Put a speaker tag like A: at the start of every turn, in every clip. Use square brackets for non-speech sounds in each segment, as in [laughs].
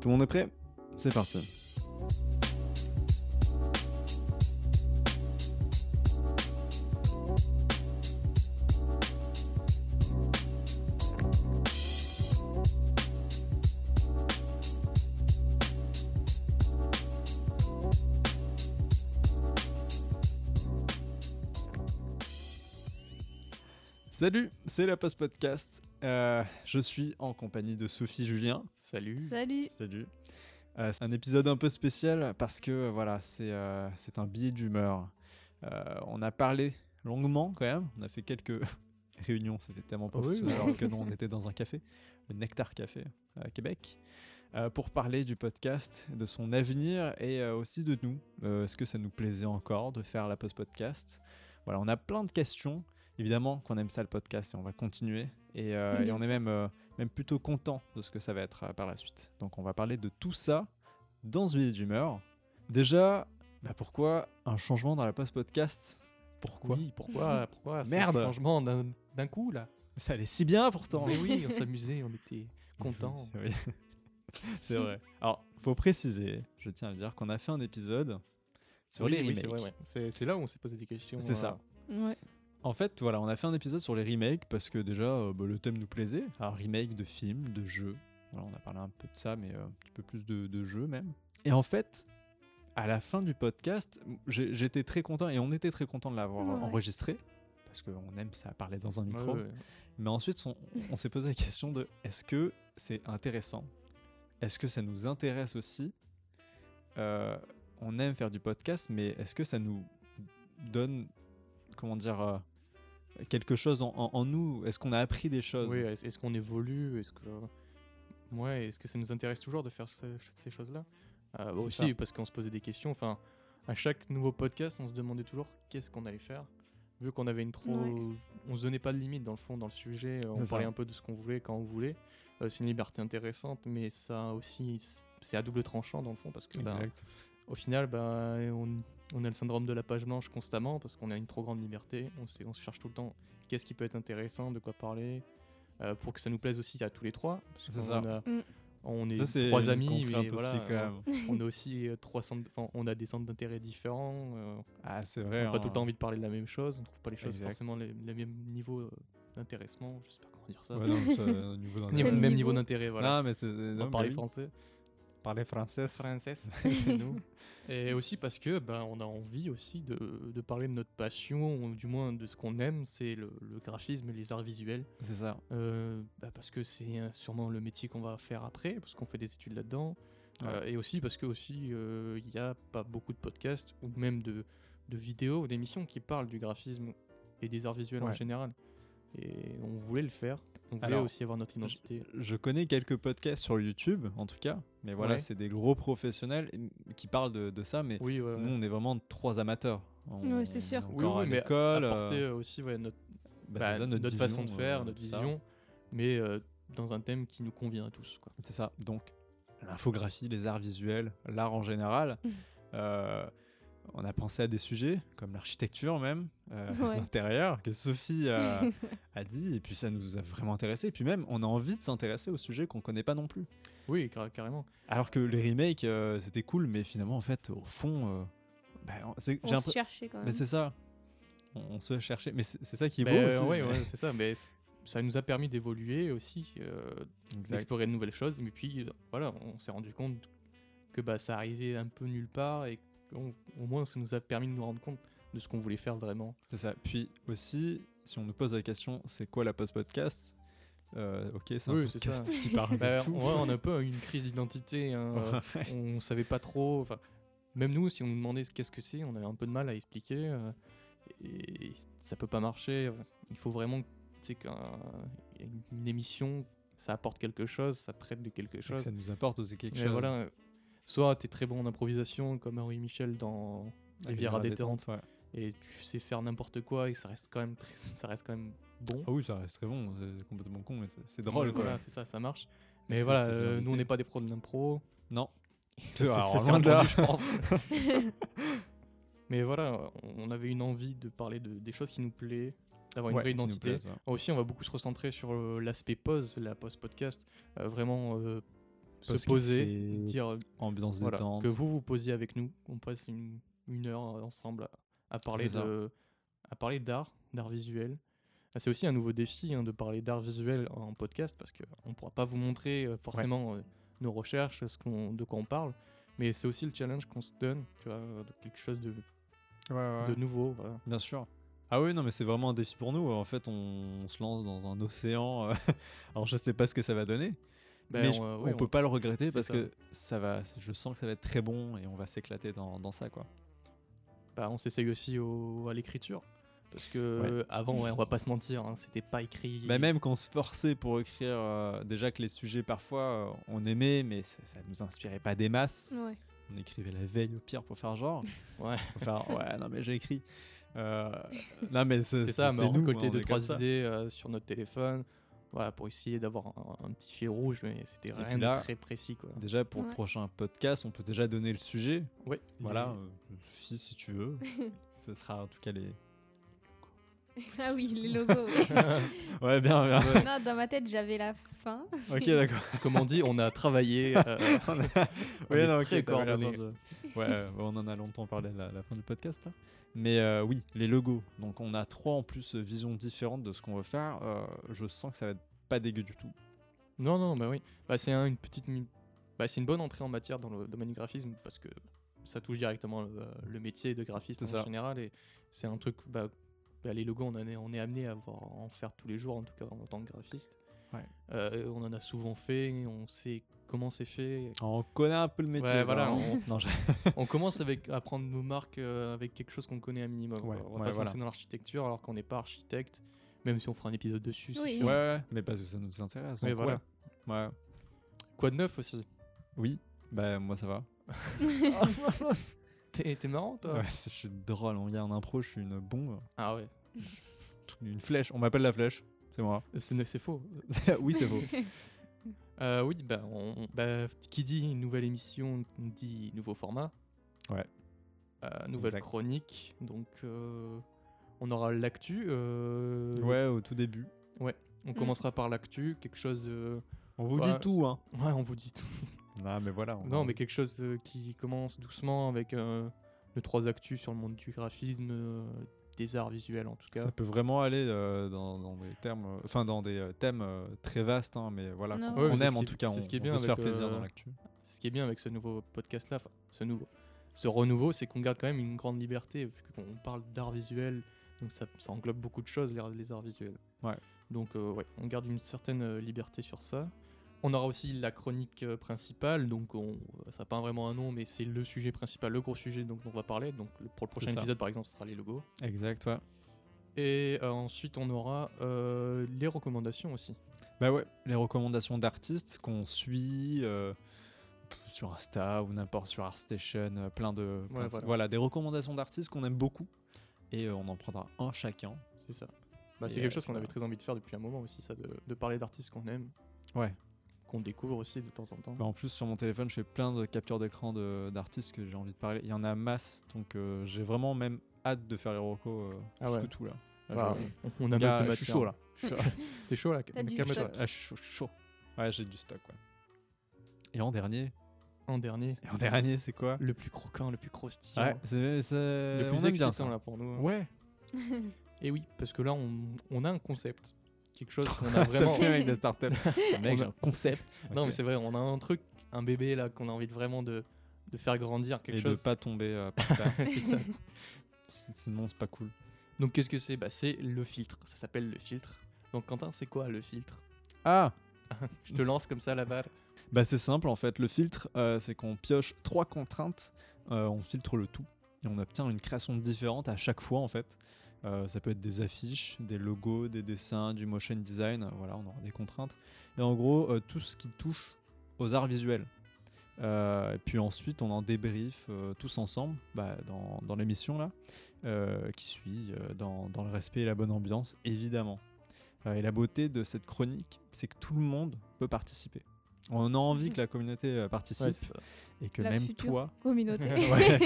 A: Tout le monde est prêt C'est parti. Salut, c'est la Post Podcast. Euh, je suis en compagnie de Sophie Julien. Salut.
B: Salut.
A: Salut. Euh, c'est un épisode un peu spécial parce que euh, voilà, c'est euh, c'est un billet d'humeur. Euh, on a parlé longuement quand même, on a fait quelques [laughs] réunions, c'était tellement
C: Ah oui,
A: professionnel alors que non, on était dans un café, le Nectar Café à Québec, euh, pour parler du podcast, de son avenir et euh, aussi de nous. Euh, Est-ce que ça nous plaisait encore de faire la post-podcast Voilà, on a plein de questions. Évidemment qu'on aime ça le podcast et on va continuer. Et, euh,
B: Oui,
A: et
B: bien
A: on est
B: sûr.
A: même, euh, même plutôt content de ce que ça va être euh, par la suite. Donc on va parler de tout ça dans ce billet d'humeur. Déjà, bah pourquoi un changement dans la post-podcast Pourquoi
C: oui, pourquoi, pourquoi ce
A: Merde.
C: changement d'un d'un coup là
A: Ça allait si bien pourtant
C: Mais oui, on s'amusait, on était
A: [laughs]
C: contents.
A: Oui. c'est vrai. Alors, faut préciser, je tiens à le dire, qu'on a fait un épisode sur
C: Oui,
A: les
C: oui,
A: remakes.
C: c'est vrai, ouais. C'est c'est là où on s'est posé des questions. hein.
A: C'est ça.
B: Ouais.
A: En fait, voilà, on a fait un épisode sur les remakes parce que déjà, euh, bah, le thème nous plaisait. Un remake de films, de jeux. Voilà, on a parlé un peu de ça, mais euh, un petit peu plus de, de jeux même. Et en fait, à la fin du podcast, j'ai- j'étais très content et on était très content de l'avoir
B: Ouais.
A: enregistré parce qu'on aime ça parler dans un
C: euh,
A: micro.
C: ouais, ouais.
A: Mais ensuite, on, on s'est posé la question de est-ce que c'est intéressant Est-ce que ça nous intéresse aussi Euh, On aime faire du podcast, mais est-ce que ça nous donne, comment dire, euh, quelque chose en, en- en nous Est-ce qu'on a appris des choses
C: Oui, est-ce est-ce qu'on évolue Est-ce que ouais, est-ce que ça nous intéresse toujours de faire ce- ces choses-là Euh, bah,
A: C'est
C: Aussi
A: ça.
C: parce qu'on se posait des questions. Enfin, à chaque nouveau podcast, on se demandait toujours qu'est-ce qu'on allait faire. Vu qu'on avait une trop,
B: Ouais.
C: on se donnait pas de limite dans le fond dans le sujet. euh, On
A: C'est
C: parlait
A: ça.
C: un peu de ce qu'on voulait quand on voulait. Euh, c'est une liberté intéressante, mais ça aussi, c'est à double tranchant dans le fond parce que bah,
A: Exact.
C: au final, bah, on, on a le syndrome de la page blanche constamment parce qu'on a une trop grande liberté. On, sait- on se cherche tout le temps qu'est-ce qui peut être intéressant, de quoi parler, euh, pour que ça nous plaise aussi à tous les trois. parce
A: C'est
C: qu'on
A: ça.
C: a-
B: Mm.
C: On est,
A: Ça, c'est
C: trois
A: une
C: amis,
A: contrainte
C: mais
A: aussi,
C: voilà,
A: quand même.
C: on a aussi euh, trois centres- enfin, on a des centres d'intérêt différents. euh,
A: Ah, c'est
C: on
A: vrai.
C: n'a pas
A: hein.
C: tout le temps envie de parler de la même chose. On trouve pas les choses
A: Exact.
C: forcément les, les mêmes niveaux euh, d'intéressement. Je sais pas comment dire ça.
A: Ouais, non, ça, au niveau d'un-
C: [laughs] Ni-
B: Même
C: même
B: niveau.
C: niveau d'intérêt, voilà.
A: Non, mais c'est.
C: on
A: non,
C: va parler
A: mais oui.
C: français.
A: Parler français. c'est- [laughs]
C: Princesse, c'est nous. Et aussi parce que ben on a envie aussi de, de parler de notre passion, ou du moins de ce qu'on aime, c'est le, le graphisme et les arts visuels.
A: C'est ça.
C: Euh, bah, parce que c'est euh, sûrement le métier qu'on va faire après, parce qu'on fait des études là-dedans. Euh, et aussi parce que aussi euh, il n'y a pas beaucoup de podcasts ou même de, de vidéos ou d'émissions qui parlent du graphisme et des arts visuels en
A: Ouais.
C: général. Et on voulait le faire. On voulait
A: Alors,
C: aussi avoir notre identité.
A: Je connais quelques podcasts sur YouTube, en tout cas, mais voilà,
C: Ouais.
A: c'est des gros professionnels euh, qui parlent de, de ça, mais
C: Oui, ouais, ouais.
A: nous, on est vraiment trois amateurs. On,
B: Ouais, c'est sûr.
A: on est
C: Oui,
A: encore
C: oui,
A: à
C: mais
A: l'école,
C: apporter
A: euh,
C: euh, aussi ouais, notre
A: bah,
C: Bah,
A: c'est ça,
C: notre,
A: vision,
C: façon de
A: euh,
C: faire, notre
A: tout ça.
C: vision, mais euh, dans un thème qui nous convient à tous. Quoi.
A: C'est ça. Donc, l'infographie, les arts visuels, l'art en
B: [laughs]
A: général.
B: Mhm.
A: Euh, on a pensé à des sujets comme l'architecture même,
B: [laughs]
A: euh,
B: Ouais.
A: l'intérieur, que Sophie
B: [laughs]
A: euh, a dit, et puis ça nous a vraiment intéressé. Et puis même, on a envie de s'intéresser aux sujets qu'on connaît pas non plus.
C: Oui, car- carrément.
A: Alors que les remakes, euh, c'était cool, mais finalement, en fait, au fond, euh, bah, c'est- j'ai un
B: On se hein.
A: peu-
B: cherchait quand
A: Mais
B: même.
A: c'est ça. On, on se cherchait. Mais c'est c'est ça qui est
C: Bah,
A: beau
C: euh,
A: aussi.
C: ouais,
A: mais-
C: ouais, c'est ça. Mais c- ça nous a permis d'évoluer aussi, euh,
A: [laughs] Exact.
C: d'explorer de nouvelles choses. Mais puis, euh, voilà, on s'est rendu compte que bah, ça arrivait un peu nulle part et qu'on- au moins ça nous a permis de nous rendre compte de ce qu'on voulait faire vraiment.
A: C'est ça. Puis aussi, si on nous pose la question, c'est quoi la post-podcast Euh, Ok, c'est un
C: Oui, c'est
A: podcast
C: ça.
A: qui parle Ah, de
C: Bah,
A: tout. [laughs]
C: ouais, on a un peu une crise d'identité. hein, [laughs] euh, on savait pas trop. enfin, Même nous, si on nous demandait ce- qu'est-ce que c'est, on avait un peu de mal à expliquer. euh, et ça peut pas marcher. Il faut vraiment tu sais, qu'une émission, ça apporte quelque chose, ça traite de quelque
A: Et que
C: chose.
A: ça nous apporte aussi quelque
C: Mais
A: chose.
C: voilà, euh, soit tu es très bon en improvisation, comme Henri Michel dans
A: Ah,
C: Rivière à
A: la
C: détente,
A: ouais.
C: et tu sais faire n'importe quoi et ça reste quand même, très- ça reste quand même bon.
A: Ah oui, ça reste très bon. C'est complètement con, mais c'est- c'est drôle.
C: Ouais,
A: quoi.
C: Voilà, c'est ça, ça marche. Mais
A: C'est-
C: voilà,
A: c'est
C: euh, nous on
A: invités.
C: n'est pas des pros de l'impro.
A: Non.
C: [laughs] Ça, c'est-
A: Alors,
C: ça, c'est
A: loin de là.
C: entendu, je pense.
A: [laughs]
C: Mais voilà, on avait une envie de parler de, des choses qui nous plaît, d'avoir une
A: Ouais,
C: vraie
A: qui nous
C: identité.
A: plaise, ouais.
C: Aussi, on va beaucoup se recentrer sur euh, l'aspect pause, la post-podcast, euh, vraiment euh, se poser,
A: café,
C: dire
A: ambiance
C: voilà,
A: détente.
C: que vous vous posiez avec nous. On passe une, une heure euh, ensemble à, à parler
A: C'est ça.
C: de, à parler d'art, d'art visuel. Ah, C'est aussi un nouveau défi hein, de parler d'art visuel en podcast parce qu'on ne pourra pas vous montrer euh, forcément euh, nos recherches, ce qu'on, de quoi on parle. Mais c'est aussi le challenge qu'on se donne, tu vois, euh, de quelque chose de, de nouveau. Voilà.
A: Bien sûr. Ah oui, non, mais c'est vraiment un défi pour nous. En fait, on, on se lance dans un océan. euh, [laughs] Alors, je sais pas ce que ça va donner,
C: Ben,
A: mais je-
C: euh,
A: on,
C: ouais,
A: peut pas le regretter
C: c'est
A: parce
C: ça.
A: que ça va. Je sens que ça va être très bon et on va s'éclater dans, dans ça, quoi.
C: bah, on s'essaye aussi au- à l'écriture. Parce que avant, ouais, on va pas se mentir, hein, c'était pas écrit.
A: Bah, même qu'on se forçait pour écrire, euh, déjà que les sujets parfois euh, on aimait, mais ça, ça nous inspirait pas des masses.
B: Ouais.
A: On écrivait la veille au pire pour faire genre.
C: [laughs] Ouais.
A: Pour faire, ouais, non mais j'ai écrit. Euh, non mais c'est
C: C'est ça, mais on
A: nous,
C: récoltait
A: hein, on
C: deux
A: est
C: trois
A: comme ça.
C: idées euh, sur notre téléphone, voilà pour essayer d'avoir un, un petit fil rouge, mais c'était rien
A: puis là-
C: de très précis quoi.
A: Déjà pour le
B: Ouais.
A: prochain podcast, on peut déjà donner le sujet.
C: Ouais,
A: Voilà,
C: et-
A: euh, si, si tu veux.
C: [laughs]
A: Ce sera en tout cas les.
B: Ah oui, les logos.
A: [laughs]
B: ouais.
A: Ouais, bien,
C: [laughs]
A: bien.
C: Ouais.
B: non, dans ma tête, j'avais la fin.
A: ok, d'accord.
C: Comme on dit, on a travaillé.
A: [laughs]
C: euh,
A: On a-
C: On
A: Ouais,
C: est
A: non, ok,
C: très
A: t'as raison,
C: coordonnés.
A: je- Ouais, euh, on en a longtemps parlé à la, la fin du podcast là. Mais euh, oui, les logos. Donc on a trois en plus euh, visions différentes de ce qu'on veut faire. Euh, je sens que ça va être pas dégueu du tout.
C: Non, non, bah oui. Bah, c'est un- une petite, mi- bah, c'est une bonne entrée en matière dans le domaine du graphisme parce que ça touche directement le, le métier de graphiste en
A: C'est ça.
C: général et c'est un truc. Bah, bah, les logos, on, en est, on est amené à voir- à en faire tous les jours en tout cas en tant que graphiste.
A: Ouais.
C: Euh, on en a souvent fait, on sait comment c'est fait,
A: On connaît un peu le métier.
C: Ouais, voilà,
A: quoi, hein.
C: on-
A: Non, je-
C: on commence avec à prendre nos marques euh, avec quelque chose qu'on connaît un minimum. quoi.
A: Ouais,
C: on va
A: ouais,
C: pas se
A: voilà.
C: lancer dans l'architecture alors qu'on n'est pas architecte, même si on fera un épisode dessus. c'est
B: Oui.
A: [laughs] Ouais,
C: sûr.
A: ouais, mais parce que ça nous intéresse.
C: Mais
A: donc
C: voilà.
A: Ouais. Ouais.
C: Quoi de neuf aussi
A: Oui, bah moi ça [laughs] va.
C: T'es t'es marrant toi
A: Ouais, je suis drôle, on vient en impro, je suis une bombe,
C: Ah ouais,
A: Tout- une flèche. On m'appelle la flèche, c'est moi.
C: c'est c'est faux.
A: [laughs] oui, c'est faux.
C: Euh, oui, bah, on, on- bah, qui dit nouvelle émission dit nouveau format.
A: Ouais.
C: Euh, nouvelle
A: Exact.
C: chronique, donc euh, on aura l'actu. euh,
A: Ouais, au tout début.
C: On commencera par l'actu, quelque chose. euh,
A: On vous
C: Ouais.
A: dit tout, hein.
C: Ouais, on vous dit tout.
A: Non, Ah, mais voilà. on
C: Non,
A: a-
C: mais quelque chose euh, qui commence doucement avec euh, le trois actus sur le monde du graphisme, euh, des arts visuels en tout cas.
A: Ça peut vraiment aller euh, dans, dans des termes, euh, enfin dans des euh, thèmes euh, très vastes, hein, mais voilà,
B: Non.
A: qu'on
B: Ouais,
A: qu'on
C: mais c'est
A: aime
C: ce
A: en
C: qui-
A: tout cas,
C: c'est
A: on,
C: ce qui est
A: on
C: bien
A: veut se faire
C: avec,
A: plaisir dans
C: euh,
A: l'actu.
C: Ce qui est bien avec ce nouveau podcast là, enfin ce nouveau, ce renouveau, c'est qu'on garde quand même une grande liberté vu qu'on parle d'art visuel, donc ça, ça englobe beaucoup de choses les, les arts visuels.
A: Ouais.
C: Donc euh, ouais, on garde une certaine euh, liberté sur ça. On aura aussi la chronique euh, principale, donc on, ça n'a pas vraiment un nom, mais c'est le sujet principal, le gros sujet dont on va parler. Donc le- pour le prochain
A: ça.
C: épisode par exemple, ce sera les logos.
A: Exact, ouais.
C: Et euh, ensuite, on aura euh, les recommandations aussi.
A: Bah ouais, les recommandations d'artistes qu'on suit euh, pff, sur Insta ou n'importe sur ArtStation, euh, plein de, plein de-
C: voilà.
A: voilà. des recommandations d'artistes qu'on aime beaucoup et euh, on en prendra un chacun.
C: C'est ça. Bah,
A: Et,
C: c'est
A: euh,
C: quelque chose qu'on
A: voilà.
C: avait très envie de faire depuis un moment aussi, ça, de, de parler d'artistes qu'on aime,
A: Ouais.
C: qu'on découvre aussi de temps en temps.
A: Bah, en plus sur mon téléphone, je fais plein de captures d'écran de- d'artistes que j'ai envie de parler. Il y en a masse, donc euh, j'ai vraiment même hâte de faire les recos euh,
C: Ah ouais.
A: jusqu'au tout là. Là,
C: Voilà,
A: je-
C: on, on a hein.
A: Gars,
C: mal de
A: je suis chaud
C: matière.
A: là. Je suis-
C: T'es chaud là
B: T'as [laughs] du
C: calme-toi.
B: stock.
A: Ah, je suis chaud, je suis chaud. Ouais, j'ai du stock, ouais. Et en dernier,
C: En dernier,
A: et en dernier, c'est quoi
C: le plus croquant, le plus croustillant,
A: Ouais, c'est c'est-
C: le
A: on
C: plus
A: aime bien
C: excitant
A: ça.
C: là pour nous. hein.
A: Ouais.
C: Et oui, parce que là, on, on a un concept.
A: [laughs]
C: Quelque chose qu'on a vraiment.
A: ça fait mec de
C: [laughs]
A: startup.
C: On a-
A: mec, j'ai un concept.
C: Non,
A: Ok.
C: mais c'est vrai, on a un truc, un bébé là, qu'on a envie de vraiment de, de faire grandir, quelque
A: Et
C: chose.
A: de pas tomber euh, par terre.
C: [laughs]
A: Si- Sinon, c'est pas cool.
C: Donc qu'est-ce que c'est bah, C'est le filtre. Ça s'appelle le filtre. Donc Quentin, c'est quoi le filtre
A: Ah
C: Je te lance comme ça la balle.
A: Bah, c'est simple en fait. Le filtre, euh, c'est qu'on pioche trois contraintes, euh, on filtre le tout et on obtient une création différente à chaque fois en fait. Euh, ça peut être des affiches, des logos, des dessins, du motion design. euh, Voilà, on aura des contraintes. Et en gros, euh, tout ce qui touche aux arts visuels. Euh, et puis ensuite, on en débrief euh, tous ensemble bah, dans, dans l'émission là, euh, qui suit euh, dans, dans le respect et la bonne ambiance, évidemment. Euh, et la beauté de cette chronique, c'est que tout le monde peut participer. On a envie que la communauté euh, participe
C: Mhm. Ouais, c'est ça.
A: et que
B: La
A: même
B: future
A: toi.
B: [laughs] Communauté.
A: Ouais.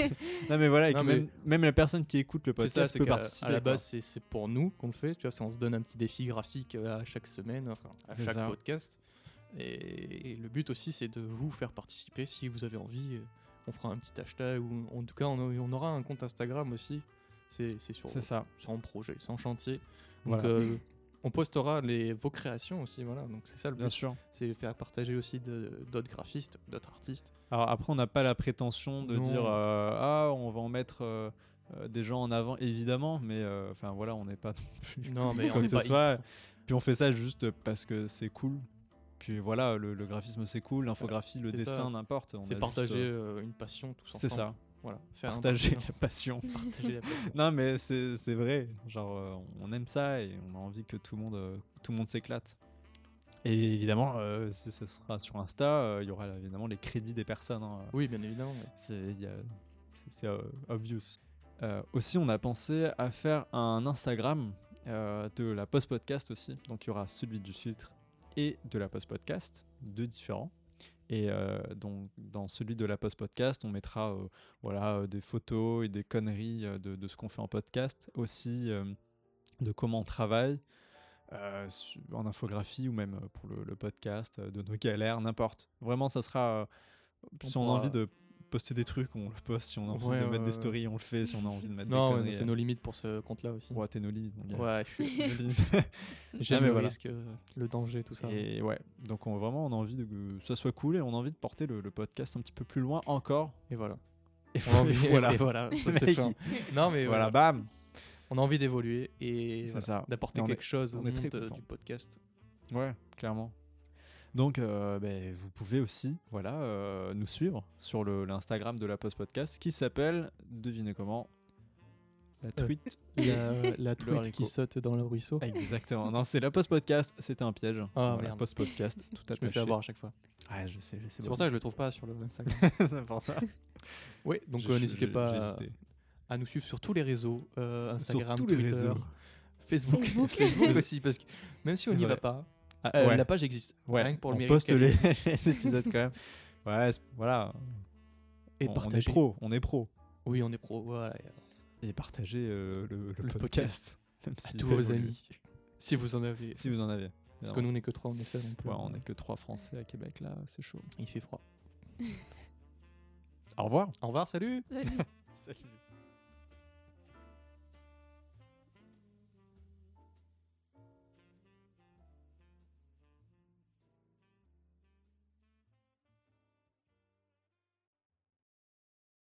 A: Non mais voilà, et
C: Non,
A: que
C: mais-
A: Même, même la personne qui écoute le
C: C'est ça,
A: podcast
C: c'est
A: peut
C: qu'à-
A: participer.
C: à la
A: quoi.
C: base, c'est- c'est pour nous qu'on le fait. Tu vois, c'est- on se donne un petit défi graphique euh, à chaque semaine, enfin, à
A: C'est
C: chaque
A: ça.
C: podcast. Et, et le but aussi, c'est de vous faire participer si vous avez envie. euh, On fera un petit hashtag ou en tout cas, on, a- on aura un compte Instagram aussi. C'est c'est sur
A: C'est ça.
C: c'est en projet, c'est en chantier. Donc,
A: Voilà.
C: euh, on postera les, vos créations aussi, voilà. Donc c'est ça le
A: Bien
C: but,
A: sûr.
C: c'est faire partager aussi de- d'autres graphistes, d'autres artistes.
A: Alors après, on n'a pas la prétention de
C: Non.
A: dire euh, ah on va en mettre euh, euh, des gens en avant évidemment, mais euh, enfin voilà, on n'est pas non plus [laughs]
C: Non, [laughs] mais on
A: quoi
C: n'est
A: que ce
C: pas.
A: soit. Puis on fait ça juste parce que c'est cool. Puis voilà, le, le graphisme c'est cool, l'infographie, le
C: c'est ça,
A: dessin,
C: c'est-
A: n'importe. on a
C: C'est
A: juste,
C: partager
A: euh,
C: euh, une passion tous ensemble.
A: C'est ça,
C: Voilà. Faire un
A: partager
C: partenariat,
A: la passion.
C: [laughs] partager la passion.
A: [laughs] Non mais c'est c'est vrai, genre euh, on aime ça et on a envie que tout le monde, euh, tout le monde s'éclate. Et évidemment, euh, si ce sera sur Insta, euh, il y aura évidemment les crédits des personnes. hein.
C: Oui, bien évidemment. ouais.
A: C'est il y a- c'est- c'est, euh, obvious. Euh, aussi, on a pensé à faire un Instagram euh, de la post-podcast aussi. Donc, il y aura celui du filtre et de la post-podcast, deux différents. Et euh, donc, dans celui de la post-podcast, on mettra euh, voilà, euh, des photos et des conneries euh, de, de ce qu'on fait en podcast. Aussi, euh, de comment on travaille euh, su- en infographie ou même euh, pour le, le podcast, euh, de nos galères, n'importe. Vraiment, ça sera. euh,
C: On
A: si on a
C: pourra-
A: envie de poster des trucs, on le poste. Si on a envie
C: Ouais,
A: de
C: ouais,
A: mettre
C: ouais.
A: des stories, on le fait. Si on a envie de mettre
C: Non,
A: des
C: ouais, mais
A: conneries. euh,
C: c'est nos limites pour ce compte-là aussi.
A: Ouais, t'es nos limites, mon gars.
C: euh. Ouais, je [laughs] suis-
A: Nos limites.
C: j'aime
A: Ah, mais
C: le
A: voilà.
C: risque, euh, le danger, tout ça.
A: Et ouais, donc on, vraiment, on a envie de, que ça soit cool et on a envie de porter le, le podcast un petit peu plus loin encore.
C: Et [laughs] voilà.
A: [laughs] Et,
C: On a envie- [laughs]
A: voilà.
C: et voilà, ça, c'est
A: Mec,
C: fin. Non, mais
A: [laughs] voilà,
C: voilà.
A: bam
C: on a envie d'évoluer et
A: C'est
C: voilà,
A: ça.
C: d'apporter
A: Et on
C: quelque chose au
A: on est
C: monde
A: très
C: euh,
A: content.
C: du [laughs] podcast.
A: Ouais, clairement. Donc, euh, ben, vous pouvez aussi voilà, euh, nous suivre sur le- l'Instagram de la Post Podcast qui s'appelle, devinez comment, la
C: Euh, [laughs]
A: tweet.
C: La, la
A: truite
C: truite
A: haricot.
C: qui saute dans le ruisseau.
A: Exactement. Non, c'est la Post Podcast. C'était un piège.
C: oh. Ah,
A: la
C: merde.
A: Post Podcast, tout
C: [laughs] Je me fais
A: attaché.
C: avoir à chaque fois.
A: Ouais, je sais.
C: C'est pour ça que je le trouve pas sur le [laughs] Instagram.
A: que [laughs] c'est pour ça.
C: oui, donc
A: Je-
C: euh,
A: je-
C: n'hésitez
A: je-
C: pas
A: j'ai
C: à-
A: hésité.
C: à nous suivre sur tous les réseaux euh,
A: Sur
C: Instagram,
A: tous les
C: Twitter,
A: réseaux.
C: Facebook,
B: Facebook.
C: [laughs] Facebook aussi parce que même si on
A: C'est
C: n'y va
A: vrai.
C: pas,
A: Ah,
C: euh,
A: ouais.
C: la page existe.
A: Ouais,
C: Rien que pour
A: on
C: le mérite
A: poste
C: qu'elle
A: les,
C: existe.
A: [laughs] les épisodes quand même. Ouais, c'est- voilà.
C: et
A: on, on est
C: partagez.
A: pro, on est pro.
C: Oui, on est pro. Voilà.
A: Et partagez euh, le, le
C: podcast.
A: podcast. [laughs] Même
C: À
A: s'il
C: tous
A: va
C: vos
A: évoluer.
C: amis, si vous en avez.
A: Si vous en avez.
C: Parce que nous, on n'est que trois, on est seul. On, peut-
A: Ouais, on est que trois Français à Québec là, c'est chaud.
C: Il fait froid.
A: Au revoir.
C: Au revoir, salut.
B: Salut.
A: Salut.